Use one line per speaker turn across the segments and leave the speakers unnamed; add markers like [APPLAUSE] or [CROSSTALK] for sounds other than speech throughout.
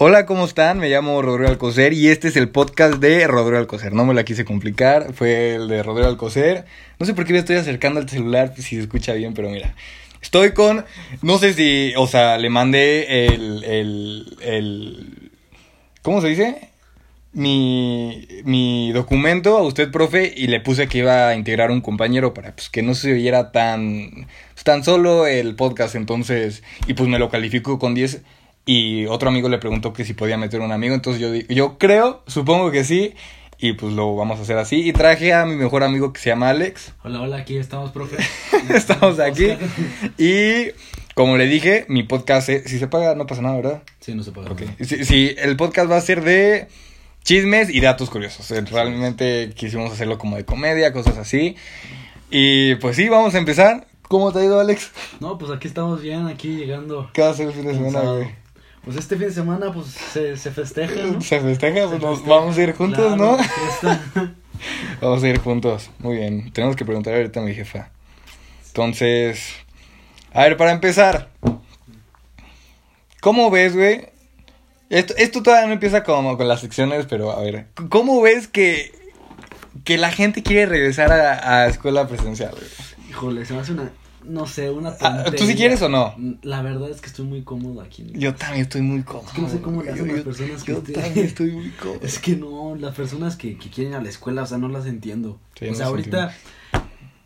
Hola, ¿cómo están? Me llamo Rodrigo Alcocer y este es el podcast de Rodrigo Alcocer. No me la quise complicar, fue el de Rodrigo Alcocer. No sé por qué me estoy acercando al celular, si se escucha bien, pero mira. Estoy con, no sé si, o sea, le mandé el, el, el, ¿cómo se dice? Mi, mi documento a usted, profe, y le puse que iba a integrar un compañero para pues, que no se oyera tan, pues, tan solo el podcast, entonces, y pues me lo calificó con 10. Y otro amigo le preguntó que si podía meter un amigo. Entonces yo, di- yo creo, supongo que sí. Y pues lo vamos a hacer así. Y traje a mi mejor amigo que se llama Alex. [LAUGHS]
Hola, hola, aquí estamos, profe.
Estamos aquí.
Oscar.
Y como le dije, mi podcast, es- si se paga, no pasa nada, ¿verdad?
Sí, no se puede.
Ok. Sí, sí, el podcast va a ser de chismes y datos curiosos. Eh, Realmente quisimos hacerlo como de comedia, cosas así. Y pues sí, vamos a empezar. ¿Cómo te ha ido, Alex?
No, pues aquí estamos bien, aquí llegando.
¿Qué va a ser el fin de semana,
Cansado.
güey?
Pues este fin de semana, pues se, se festeja, ¿no?
Se festeja, pues
Se
nos
festeja.
vamos a ir juntos,
Claro,
¿no?
la fiesta. [LAUGHS]
Vamos a ir juntos. Muy bien. Tenemos que preguntar ahorita a mi jefa. Entonces, a ver, para empezar. ¿Cómo ves, güey? Esto, esto todavía no empieza como con las secciones, pero a ver. c- ¿Cómo ves que, que la gente quiere regresar a, a escuela presencial, güey?
Híjole, se me hace una, no sé, una
Ah, ¿Tú sí
tontería.
quieres o no?
La verdad es que estoy muy cómodo aquí. ¿no?
Yo también estoy muy cómodo.
que no sé cómo le
güey.
hacen
Yo-
las
yo-
personas que
Yo
te-
también estoy muy cómodo.
Es que no, las personas que, que quieren ir a la escuela, o sea, no las entiendo.
Sí,
o
no
sea,
las
ahorita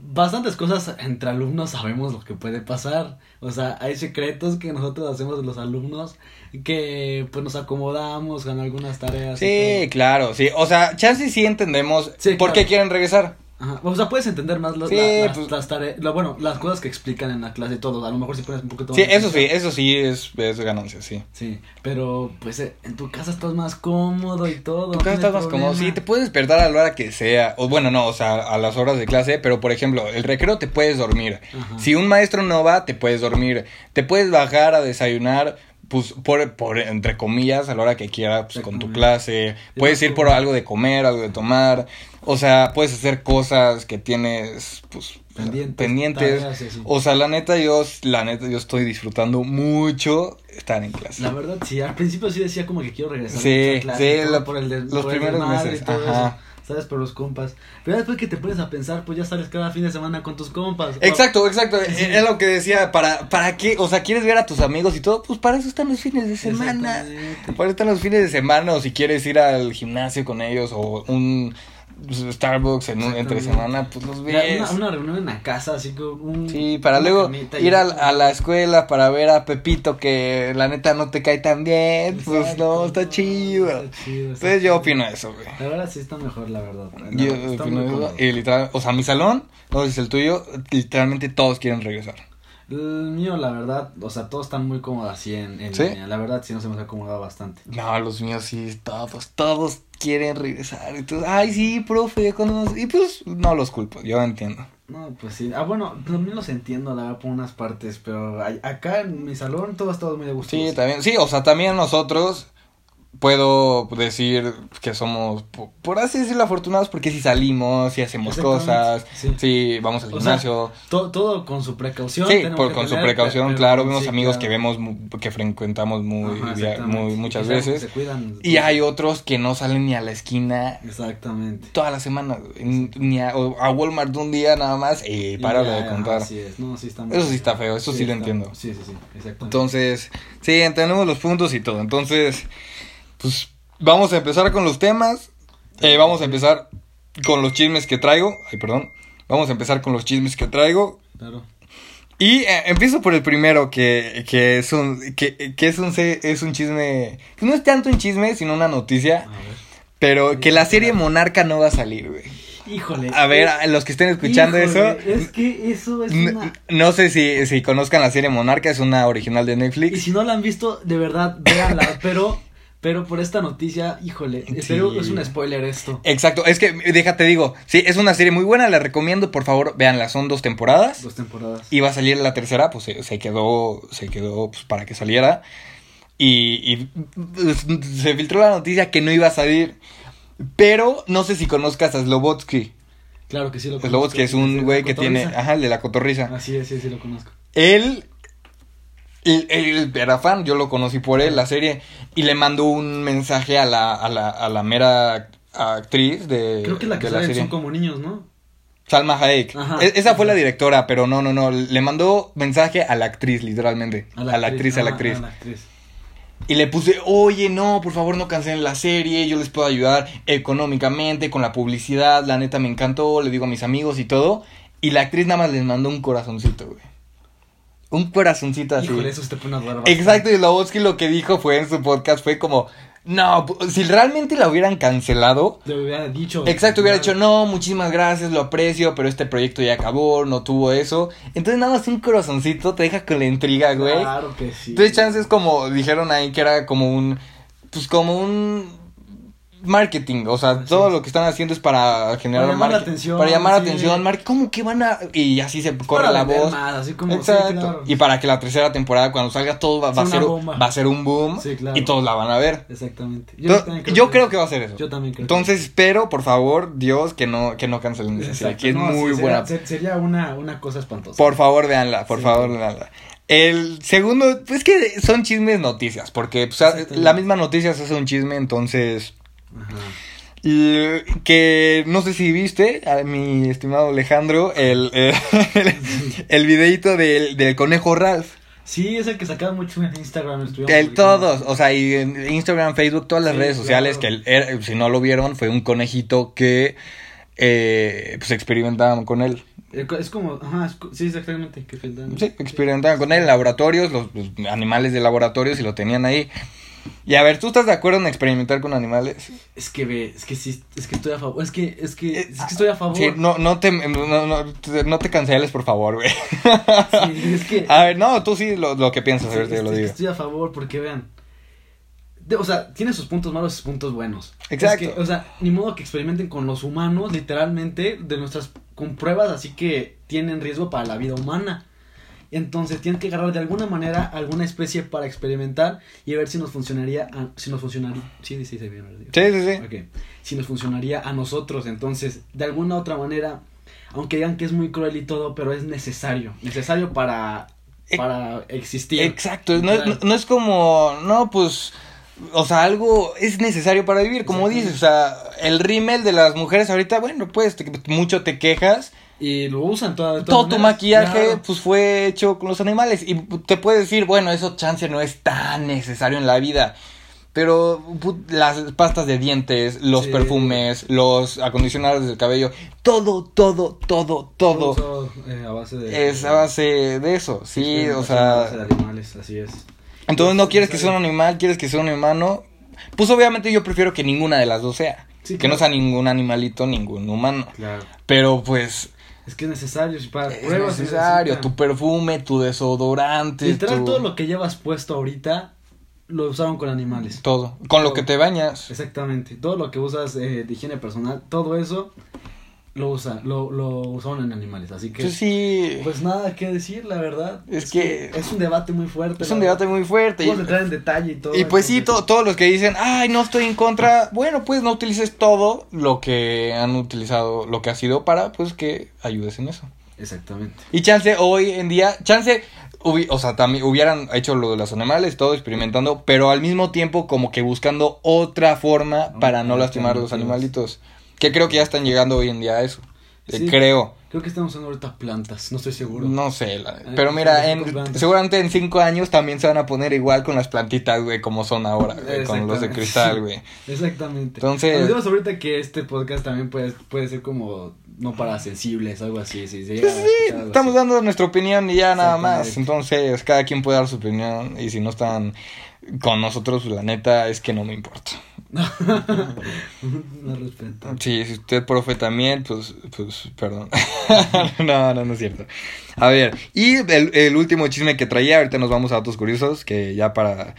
bastantes cosas entre alumnos sabemos lo que puede pasar. O sea, hay secretos que nosotros hacemos los alumnos que pues nos acomodamos con algunas tareas. y
Sí, claro, sí. O sea, chance sí entendemos
Sí,
por qué
claro.
quieren regresar.
todo. Ajá. O sea, puedes entender más las,
Sí,
la- las,
pues-
tareas, bueno, las cosas que explican en la clase y todo. A lo mejor si pones un poquito
Sí,
más
eso sí, eh.
atención.
eso sí es, es ganancia, sí.
Sí, pero pues eh, en tu casa estás más cómodo y todo.
Tu
no
casa
tienes
está más cómodo, sí,
problema.
te puedes despertar a la hora que sea, o bueno, no, o sea, a las horas de clase, pero por ejemplo, el recreo te puedes dormir.
Ajá.
Si un maestro no va, te puedes dormir. Te puedes bajar a desayunar, pues, por, por entre comillas, a la hora que quieras, pues,
Entre
con tu
comillas.
clase. Puedes ir por algo de comer, algo de tomar. O sea, puedes hacer cosas que tienes, pues,
Pendientes,
pendientes.
tareas y así.
O sea, la neta, yo, la neta, yo estoy disfrutando mucho estar en clase.
La verdad, sí, al principio sí decía como que quiero regresar.
Sí,
a esa clase,
sí,
todo
lo-
por el des-
los
por el
primeros
desmadre
meses,
y todo
ajá.
eso, ¿Sabes? Por los compas. Pero después que te pones a pensar, pues ya sales cada fin de semana con tus compas.
Exacto, exacto. Es lo que decía. ¿Para, ¿Para qué? O sea, ¿quieres ver a tus amigos y todo? Pues para eso están los fines de semana.
Exactamente.
Para eso están los fines de semana. O si quieres ir al gimnasio con ellos o un Starbucks en un, entre
Exactamente.
semana, pues los
Mira,
ves.
Una, una reunión en la casa, así con un.
Sí, para
una
luego
camita y-
ir al- a, la escuela para ver a Pepito que la neta no te cae tan bien. Pues
Exacto,
no, está
no,
chido.
está chido, está
Entonces yo
chido.
opino eso, güey.
La verdad sí está mejor, la verdad. La verdad,
Yo
está
opino
muy
eso,
cómodo.
y literal, o sea, mi salón, no sé si es el tuyo, literalmente todos quieren regresar.
El mío, la verdad, o sea, todos están muy cómodos así en, en
¿Sí?
línea. La verdad sí nos hemos acomodado bastante.
No, los míos sí, todos, todos quieren regresar. Entonces, ay, sí, profe, ¿ya cuándo más? Y pues, no los culpo, yo entiendo.
No, pues sí. Ah, bueno, también los entiendo, la verdad, por unas partes, pero a- acá en mi salón todos estamos muy de gusto.
Sí, también, sí, o sea, también nosotros puedo decir que somos, po- por así decirlo, afortunados porque si salimos, si hacemos cosas,
Exactamente,
sí.
sí.
vamos al
O sea,
gimnasio.
To- todo con su precaución.
Sí,
tenemos
por,
que
con su
tener,
precaución,
pero-
claro,
sí,
vemos amigos
claro.
que vemos, mu- que frecuentamos muy, via-
Ajá, exactamente.
muy muchas
Y sabemos que
veces.
se cuidan.
Y hay otros que no salen ni a la esquina
Exactamente.
toda la semana, güey. ni a, o a Walmart un día nada más y para
ya,
de contar.
Así es. No, sí está muy
Eso sí
feo.
está feo, eso sí, lo
está-
entiendo.
Sí, sí, sí, exactamente.
Entonces, sí, entendemos los puntos y todo. Entonces, pues vamos a empezar con los temas. Eh, vamos a empezar con los chismes que traigo. Ay, perdón. Vamos a empezar con los chismes que traigo.
Claro.
Y eh, empiezo por el primero, que, que es un que, que es un se- es un chisme. que No es tanto un chisme, sino una
A
noticia.
ver.
Pero que la serie Monarca no va a salir, güey.
Híjole.
A ver,
es-
a los que estén escuchando
híjole,
eso.
Es que eso es
N-
una.
No sé si, si conozcan la serie Monarca, es una original de
Y
Netflix.
si no la han visto, de verdad,
[LAUGHS]
véanla. pero, pero por esta noticia, híjole, espero
Sí.
es un spoiler esto.
Exacto, es que m- déjate digo, sí, es una serie muy buena, la recomiendo, por favor, véanla, son dos temporadas
Dos temporadas.
y va a salir la tercera, pues se, se quedó, se quedó pues, para que saliera y, y, pues, se filtró la noticia que no iba a salir, pero no sé si conozcas a Slobotsky,
Claro que sí lo conozco.
Slobotsky pues es un
Desde
güey
la
que tiene,
cotorriza.
ajá, el de la cotorriza,
Así es, sí, sí lo conozco.
él él, él era fan, yo lo conocí por él, la serie, y le mandó un mensaje a la, a la, a la mera actriz de,
Creo que la que
Eh, de
salen son como niños, ¿no?
Salma Hayek.
Ajá.
E- esa fue la directora, pero no, no, no. Le mandó mensaje a la actriz, literalmente. A la, actriz, a la
ah,
actriz.
A la actriz.
Y le puse, oye, no, por favor no cancelen la serie, yo les puedo ayudar económicamente, con la publicidad, la neta me encantó, le digo a mis amigos y todo. Y la actriz nada más les mandó un corazoncito, güey. Un corazoncito así.
Híjole, eso se te pone a dudar bastante.
Exacto, y Lobosky lo que dijo fue en su podcast fue como, no, pu- si realmente la hubieran cancelado,
Te hubiera dicho.
Exacto, hubiera dicho, no, muchísimas gracias, lo aprecio, pero este proyecto ya acabó, no tuvo eso. Entonces nada más un corazoncito te deja con la intriga, güey.
Claro que Ah, sí.
Entonces chances como dijeron ahí que era como un, pues como un marketing, o sea,
Así
todo
es.
lo que están haciendo es para generar
llamar la
market-
atención,
Para llamar
sí.
atención, mar- ¿cómo que van a...? Y así se corre
Para
la
vender
voz.
más, así como, sí,
Exacto.
claro.
Y para que la tercera temporada cuando salga todo va, va a
Sea
ser
una
un-
bomba.
va a ser un boom
Sí, claro.
y todos la van a ver.
Exactamente.
Yo,
también
yo creo que va a ser eso.
Yo también creo.
Entonces espero, por favor, Dios, que no, que no cancelen esa serie,
Exacto,
que es
no, sí,
muy
sería-
buena.
se- Sería una, una cosa espantosa.
Por favor, véanla, por
Sí.
favor, véanla. El segundo, pues que son chismes noticias, porque pues,
Exactamente.
la misma noticia se hace un chisme, entonces...
Ajá.
l- Que no sé si viste, a mi estimado Alejandro, el, el, [LAUGHS] el videíto del, del conejo Ralph.
Sí, es el que sacaba mucho en Instagram. estuvimos
El
publicando.
todos, o sea, y en Instagram, Facebook, todas las
Sí,
redes sociales
claro.
que el- era- si no lo vieron fue un conejito que eh, pues experimentaban con él.
El co- Es como, ajá, es co- sí, exactamente. Que filtran.
Sí, experimentaban con él en laboratorios, los, los animales de laboratorios y lo tenían ahí. Y a ver, ¿tú estás de acuerdo en experimentar con animales?
Es que ve, es que sí, es que estoy a favor. Es que, es
Eh,
que, es que estoy a favor.
Sí, no, no te no, no, no te canceles, por favor, güey.
[LAUGHS] Sí, es que.
A ver, no, tú sí lo, lo que piensas, a
Sí,
ver, te
estoy-
lo digo.
Estoy a favor porque vean. de- o sea, tiene sus puntos malos y sus puntos buenos.
Exacto.
Es que, o sea, ni modo que experimenten con los humanos, literalmente, de nuestras con pruebas, así que tienen riesgo para la vida humana. Entonces tienen que agarrar de alguna manera alguna especie para experimentar y ver si nos funcionaría, a- si nos funcionaría, sí, sí, sí, bien, ¿verdad?
Sí, sí, sí.
Ok. Si nos funcionaría a nosotros, entonces, de alguna otra manera, aunque digan que es muy cruel y todo, pero es necesario, necesario para,
Ex-
para existir.
Exacto, no, es-
Claro.
no es como, no, pues, o sea, algo es necesario para vivir, como
Exactamente.
dices, o sea, el rímel de las mujeres ahorita, bueno, pues, te- mucho te quejas,
Y lo usan toda, de todas
todo tu
maneras,
maquillaje,
claro.
pues, fue hecho con los animales, y te puedes decir, bueno, eso chance no es tan necesario en la vida, pero put- las pastas de dientes, los
Sí.
perfumes, los acondicionadores del cabello, todo, todo, todo, todo,
Todo, eh, a base de.
es a base de eso, sí, o
A
sea...
base de animales, así es.
Entonces no quieres que sea
Necesario.
un animal, quieres que sea un humano. Pues obviamente yo prefiero que ninguna de las dos sea.
Sí,
que no
claro.
sea ningún animalito, ningún humano.
Claro.
Pero pues
Es que es necesario, si para
es
pruebas. se
necesario.
necesitan.
Tu perfume, tu desodorante.
Literal,
tu-
todo lo que llevas puesto ahorita lo usaron con animales.
Todo. Con lo
Todo.
que te bañas.
Exactamente. Todo lo que usas eh, de higiene personal, todo eso lo usa, lo, lo usaron en animales. Así que.
Entonces sí.
Pues nada que decir, la verdad.
Es que-
es un debate muy fuerte.
es
la
un
verdad.
debate muy fuerte.
Podemos
Y,
entrar en detalle y todo.
y, pues sí,
entonces-
to- todos los que dicen, ay, no estoy en contra. Bueno, pues no utilices todo lo que han utilizado, lo que ha sido para, pues que ayudes en eso.
Exactamente.
Y chance hoy en día, chance, hubi- o sea, también hubieran hecho lo de los animales, todo experimentando, pero al mismo tiempo como que buscando otra forma
Ah, Otra
para no lastimar a los
alternativa.
animalitos. Que creo que ya están llegando hoy en día a eso. Eh,
Sí.
Creo.
Creo que estamos usando ahorita plantas, no estoy seguro.
No sé, la-
Eh,
pero
sí,
mira,
sí,
en-
con plantas.
seguramente en cinco años también se van a poner igual con las plantitas, güey, como son ahora, güey, con los de
Exactamente.
cristal, güey.
[LAUGHS] Exactamente.
Entonces-
Nos dimos ahorita que este podcast también puede, puede ser como no para sensibles, algo así. Si se llega
Pues
a
sí,
escuchar algo
estamos
así.
dando nuestra opinión y ya nada más.
Exactamente.
Entonces, cada quien puede dar su opinión y si no están con nosotros, la neta es que no me importa.
[LAUGHS] no respeto.
Sí, si usted profe también, pues, pues,
[LAUGHS]
perdón. no, no, no es cierto. A ver, y el, el último chisme que traía, ahorita nos vamos a datos curiosos, que ya para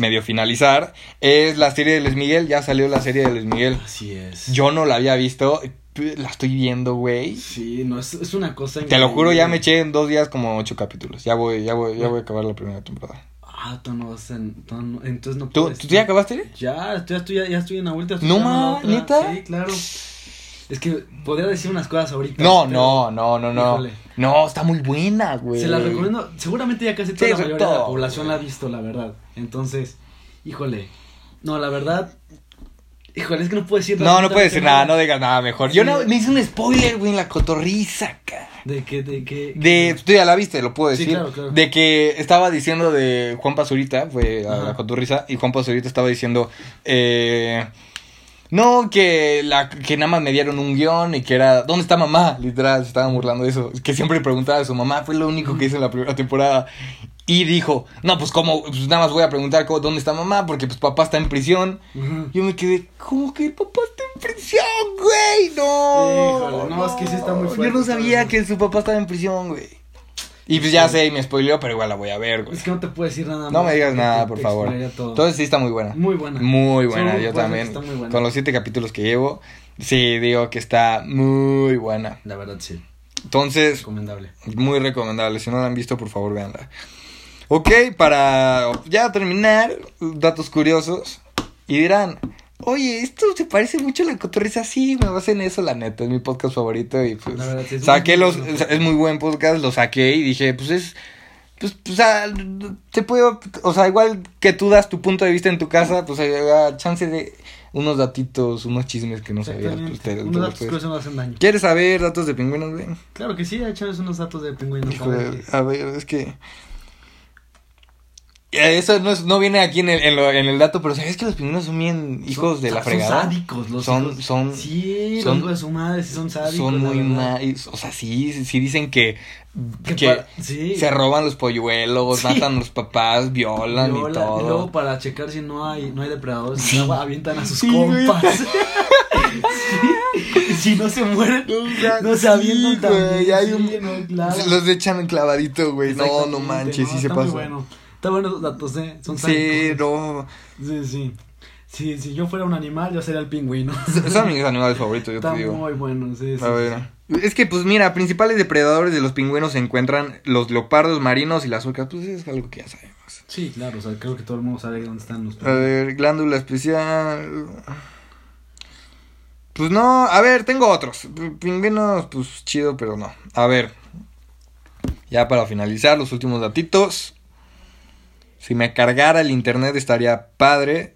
medio finalizar, es la serie de Les Miguel, ya salió la serie de Les Miguel.
Así es.
Yo no la había visto, la estoy viendo, güey.
Sí, no, es, es una cosa.
Te lo juro, ya me
increíble.
eché en dos días como ocho capítulos. Ya voy, ya voy, ya voy a acabar la primera temporada.
Ah, tú no vas en. tú no- entonces no
¿Tú,
puedes.
¿tú ya acabaste?
Ya, estoy- ya estoy, ya estoy en la vuelta. estoy
No
esperando la
ma,
otra.
¿neta?
Sí, claro. Es que podría decir unas cosas ahorita.
No,
pero
no, no, no, no.
Híjole.
No, está muy buena, güey.
Se las recomiendo. Seguramente ya casi toda
Sí,
la
sobre
mayoría de la
todo,
población
güey.
la ha visto, la verdad. Entonces, híjole. No, la verdad. Híjole, es que no puedo decir
No, no
absolutamente
puedes decir nada, no digas nada mejor. Yo
Sí.
no, me hice un spoiler, güey, en la cotorriza, cara.
De que, de que.
De, tú ya la viste, lo puedo
Sí,
decir.
claro, claro.
De que estaba diciendo de Juan Pazurita, fue a
Ajá.
la cotorriza, y Juan Pazurita estaba diciendo, eh, no, que la que nada más me dieron un guión y que era, ¿dónde está mamá? Literal, se estaban burlando de eso. Que siempre preguntaba a su mamá, fue lo único que hizo en la primera temporada. Y dijo, no, pues como, pues nada más voy a preguntar cómo- dónde está mamá, porque pues papá está en prisión.
Ujú.
Yo me quedé, ¿cómo que el papá está en prisión, güey? No.
Híjole, no, es que sí está muy fuerte,
Yo no sabía
está
que su papá estaba en prisión, güey. Y pues ya sé, y me spoileó, pero igual la voy a ver, güey.
Es que no te puedo decir nada
No me digas
porque
nada,
te-
por
te
favor.
explicaría todo.
Entonces sí está muy buena.
Muy buena.
Muy buena,
Solo
yo
puedo decir que
también.
está muy buena.
Con los siete capítulos que llevo, sí digo que está muy buena.
La verdad, sí.
Entonces,
Recomendable.
muy recomendable. Si no la han visto, por favor, véanla. Ok, para ya terminar, datos curiosos. Y dirán, oye, esto te parece mucho a la cotorriza. Sí, me basé en eso, la neta. Es mi podcast favorito. Y pues,
La verdad, sí, es
saqué
muy
los.
bueno.
Es, es muy buen podcast, lo saqué y dije, pues es. Pues, pues, o sea, te puedo. O sea, igual que tú das tu punto de vista en tu casa, pues hay la chance de unos datitos, unos chismes que no sabías.
Exactamente.
pues, te- te
unos
los
datos
puedes-
que no hacen daño.
¿Quieres saber datos de pingüinos, güey?
Claro que sí, échales unos datos de pingüino.
Híjole, a ver, es que. Eh, Eso no, es- no viene aquí en el, en, lo- en el dato, pero ¿sabes que los pingüinos son bien hijos de la fregada?
Son sádicos los
Son-
hijos.
son-
Sí,
son-
los hijos de su madre sí son sádicos.
Son
la
muy
verdad.
ma- y- O sea, sí, sí- sí dicen que,
Que
que
para- sí.
se roban los polluelos,
Sí.
matan a los papás, violan,
Viola,
y
luego
todo.
para checar si no hay, no hay depredadores,
Sí.
en el agua, avientan a sus
Sí, güey. [LAUGHS]
compas. Sí, Si no se mueren, [LAUGHS] no se
sí,
avientan
güey,
también.
hay
sí,
un-
no, claro.
Los echan en clavadito, güey. No, no
Exactamente,
manches, sí se
no, está muy
pasa.
Bueno. Está bueno los datos, eh. Son
sí,
sádicos.
no.
Sí, sí. Sí, si yo fuera un animal, yo sería el pingüino. [LAUGHS]
Son mis animales favoritos, yo
Está
te digo.
muy bueno, sí, sí.
A ver. Es que, pues mira, principales depredadores de los pingüinos se encuentran los leopardos marinos y las orcas. Pues es algo que ya sabemos.
Sí, claro, o sea, creo que todo el mundo sabe dónde están los
A ver, glándula especial. Pues no, a ver, tengo otros. Pingüinos, pues chido, pero no. A ver. Ya para finalizar, los últimos datitos. Si me cargara el internet estaría padre.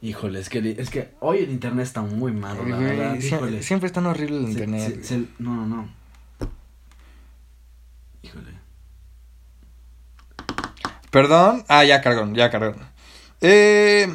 Híjole, es que, es que hoy el internet está muy malo, la
Güey,
verdad.
sie-
Híjole.
siempre es tan horrible el
Se-
internet.
se-
güey.
se- no, no, no. Híjole.
Perdón. Ah, ya cargón, ya cargón. Eh,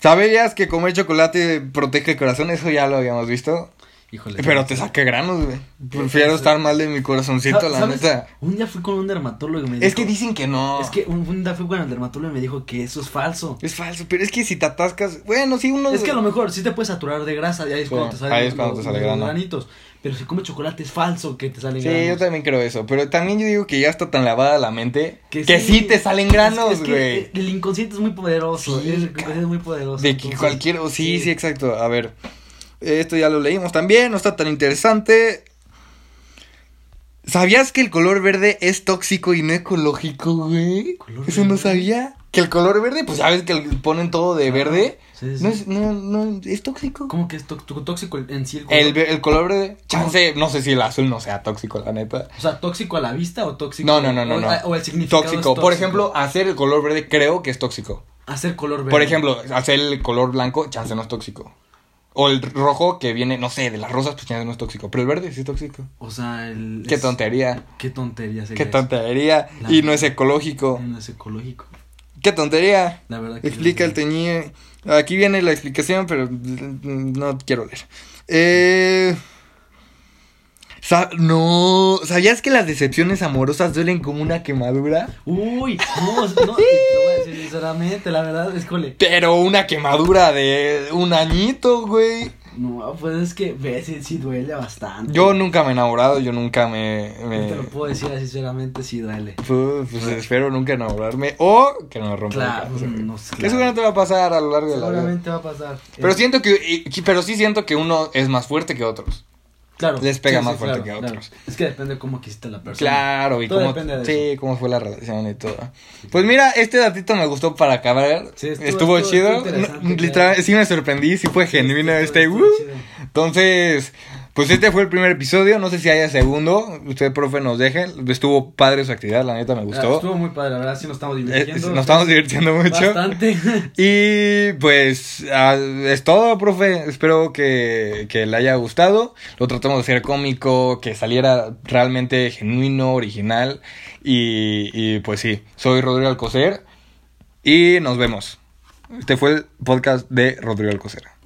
¿Sabías que comer chocolate protege el corazón? Eso ya lo habíamos visto.
Híjole.
Pero te saca granos, güey. Prefiero estar mal de mi corazoncito,
Sa-
la
¿sabes?
neta.
Un día fui con un dermatólogo y me dijo.
Es que dicen que no.
Es que un, un día fui con el dermatólogo y me dijo que eso es falso.
Es falso, pero es que si te atascas. Bueno, sí, uno.
Es que a lo mejor sí te puedes saturar de grasa y ahí es
Sí,
cuando te salen
ahí es cuando te sale grano.
granitos. Pero si comes chocolate es falso que te salen
Sí,
granos.
yo también creo eso. Pero también yo digo que ya está tan lavada la mente que,
Que
sí te salen granos,
Es que- es que
güey.
el inconsciente es muy poderoso.
Sí,
el
ca-
inconsciente es muy poderoso.
De que
entonces-
cualquier. oh, sí, sí, exacto. A ver. Esto ya lo leímos también, no está tan interesante. ¿Sabías que el color verde es tóxico y no ecológico, güey?
¿Color
Eso no
verde?
sabía. Que el color verde, pues sabes que el- ponen todo de
Claro,
verde.
sí, sí.
No es, no, no, es tóxico.
¿Cómo que es tó- tó- tóxico el- en sí el color?
El, ve- el color verde, chance, no sé si el azul no sea tóxico, la neta.
O sea, tóxico a la vista o tóxico.
No, no, no, no.
o,
no.
o el significado. es
tóxico. Por ejemplo, hacer el color verde creo que es tóxico.
hacer color verde.
Por ejemplo, hacer el color blanco, chance no es tóxico. O el rojo que viene, no sé, de las rosas, pues chance no es tóxico. Pero el verde sí es tóxico.
O sea, el.
Qué
es-
tontería.
Qué tontería sería
Qué
eso.
tontería.
La-
Y no es ecológico.
No es ecológico.
Qué tontería.
La verdad que.
Explica el teñido. Aquí viene la explicación, pero mm, no quiero leer. Eh, sa- no. ¿Sabías que las decepciones amorosas duelen como una quemadura?
Uy, no, no,
[LAUGHS]
te lo voy a decir sinceramente, la verdad, es cole.
Pero una quemadura de un añito, güey.
No, pues es que, ves, sí, sí duele bastante.
Yo nunca me he enamorado, yo nunca me... me-
Te lo puedo decir así, sinceramente, sí duele.
Pu- pues espero nunca enamorarme o que no me rompa
Claro,
el corazón.
no sé,
Que
claro.
seguramente va a pasar a lo largo de la vida.
Seguramente va a pasar.
Pero
Eh,
siento que... y- que- Pero sí siento que uno es más fuerte que otros.
Claro.
les pega
sí,
más
sí,
fuerte
claro,
que a
claro.
otros.
Es que depende de cómo quisiste a la persona.
Claro, y
Pues Todo
cómo,
depende de
sí, cómo fue la relación y todo. Pues mira, este datito me gustó para acabar.
Sí, estuvo-
estuvo,
estuvo-
chido.
estuvo interesante,
No, literal,
claro.
sí me sorprendí, sí fue genuino este.
Estuvo-
"Uh".
estuvo chido.
Entonces, pues este fue el primer episodio. No sé si haya segundo. Usted, profe, nos deje. Estuvo padre su actividad, la neta me
Ah,
gustó.
Estuvo muy padre, la verdad, sí nos estamos
Eh,
divirtiendo.
Nos estamos divirtiendo mucho.
[LAUGHS] Bastante. [LAUGHS]
Y pues ah, es todo, profe. Espero que, que le haya gustado. Lo tratamos de hacer cómico, que saliera realmente genuino, original. Y, y, pues sí, soy Rodrigo Alcocer y nos vemos. Este fue el podcast de Rodrigo Alcocer.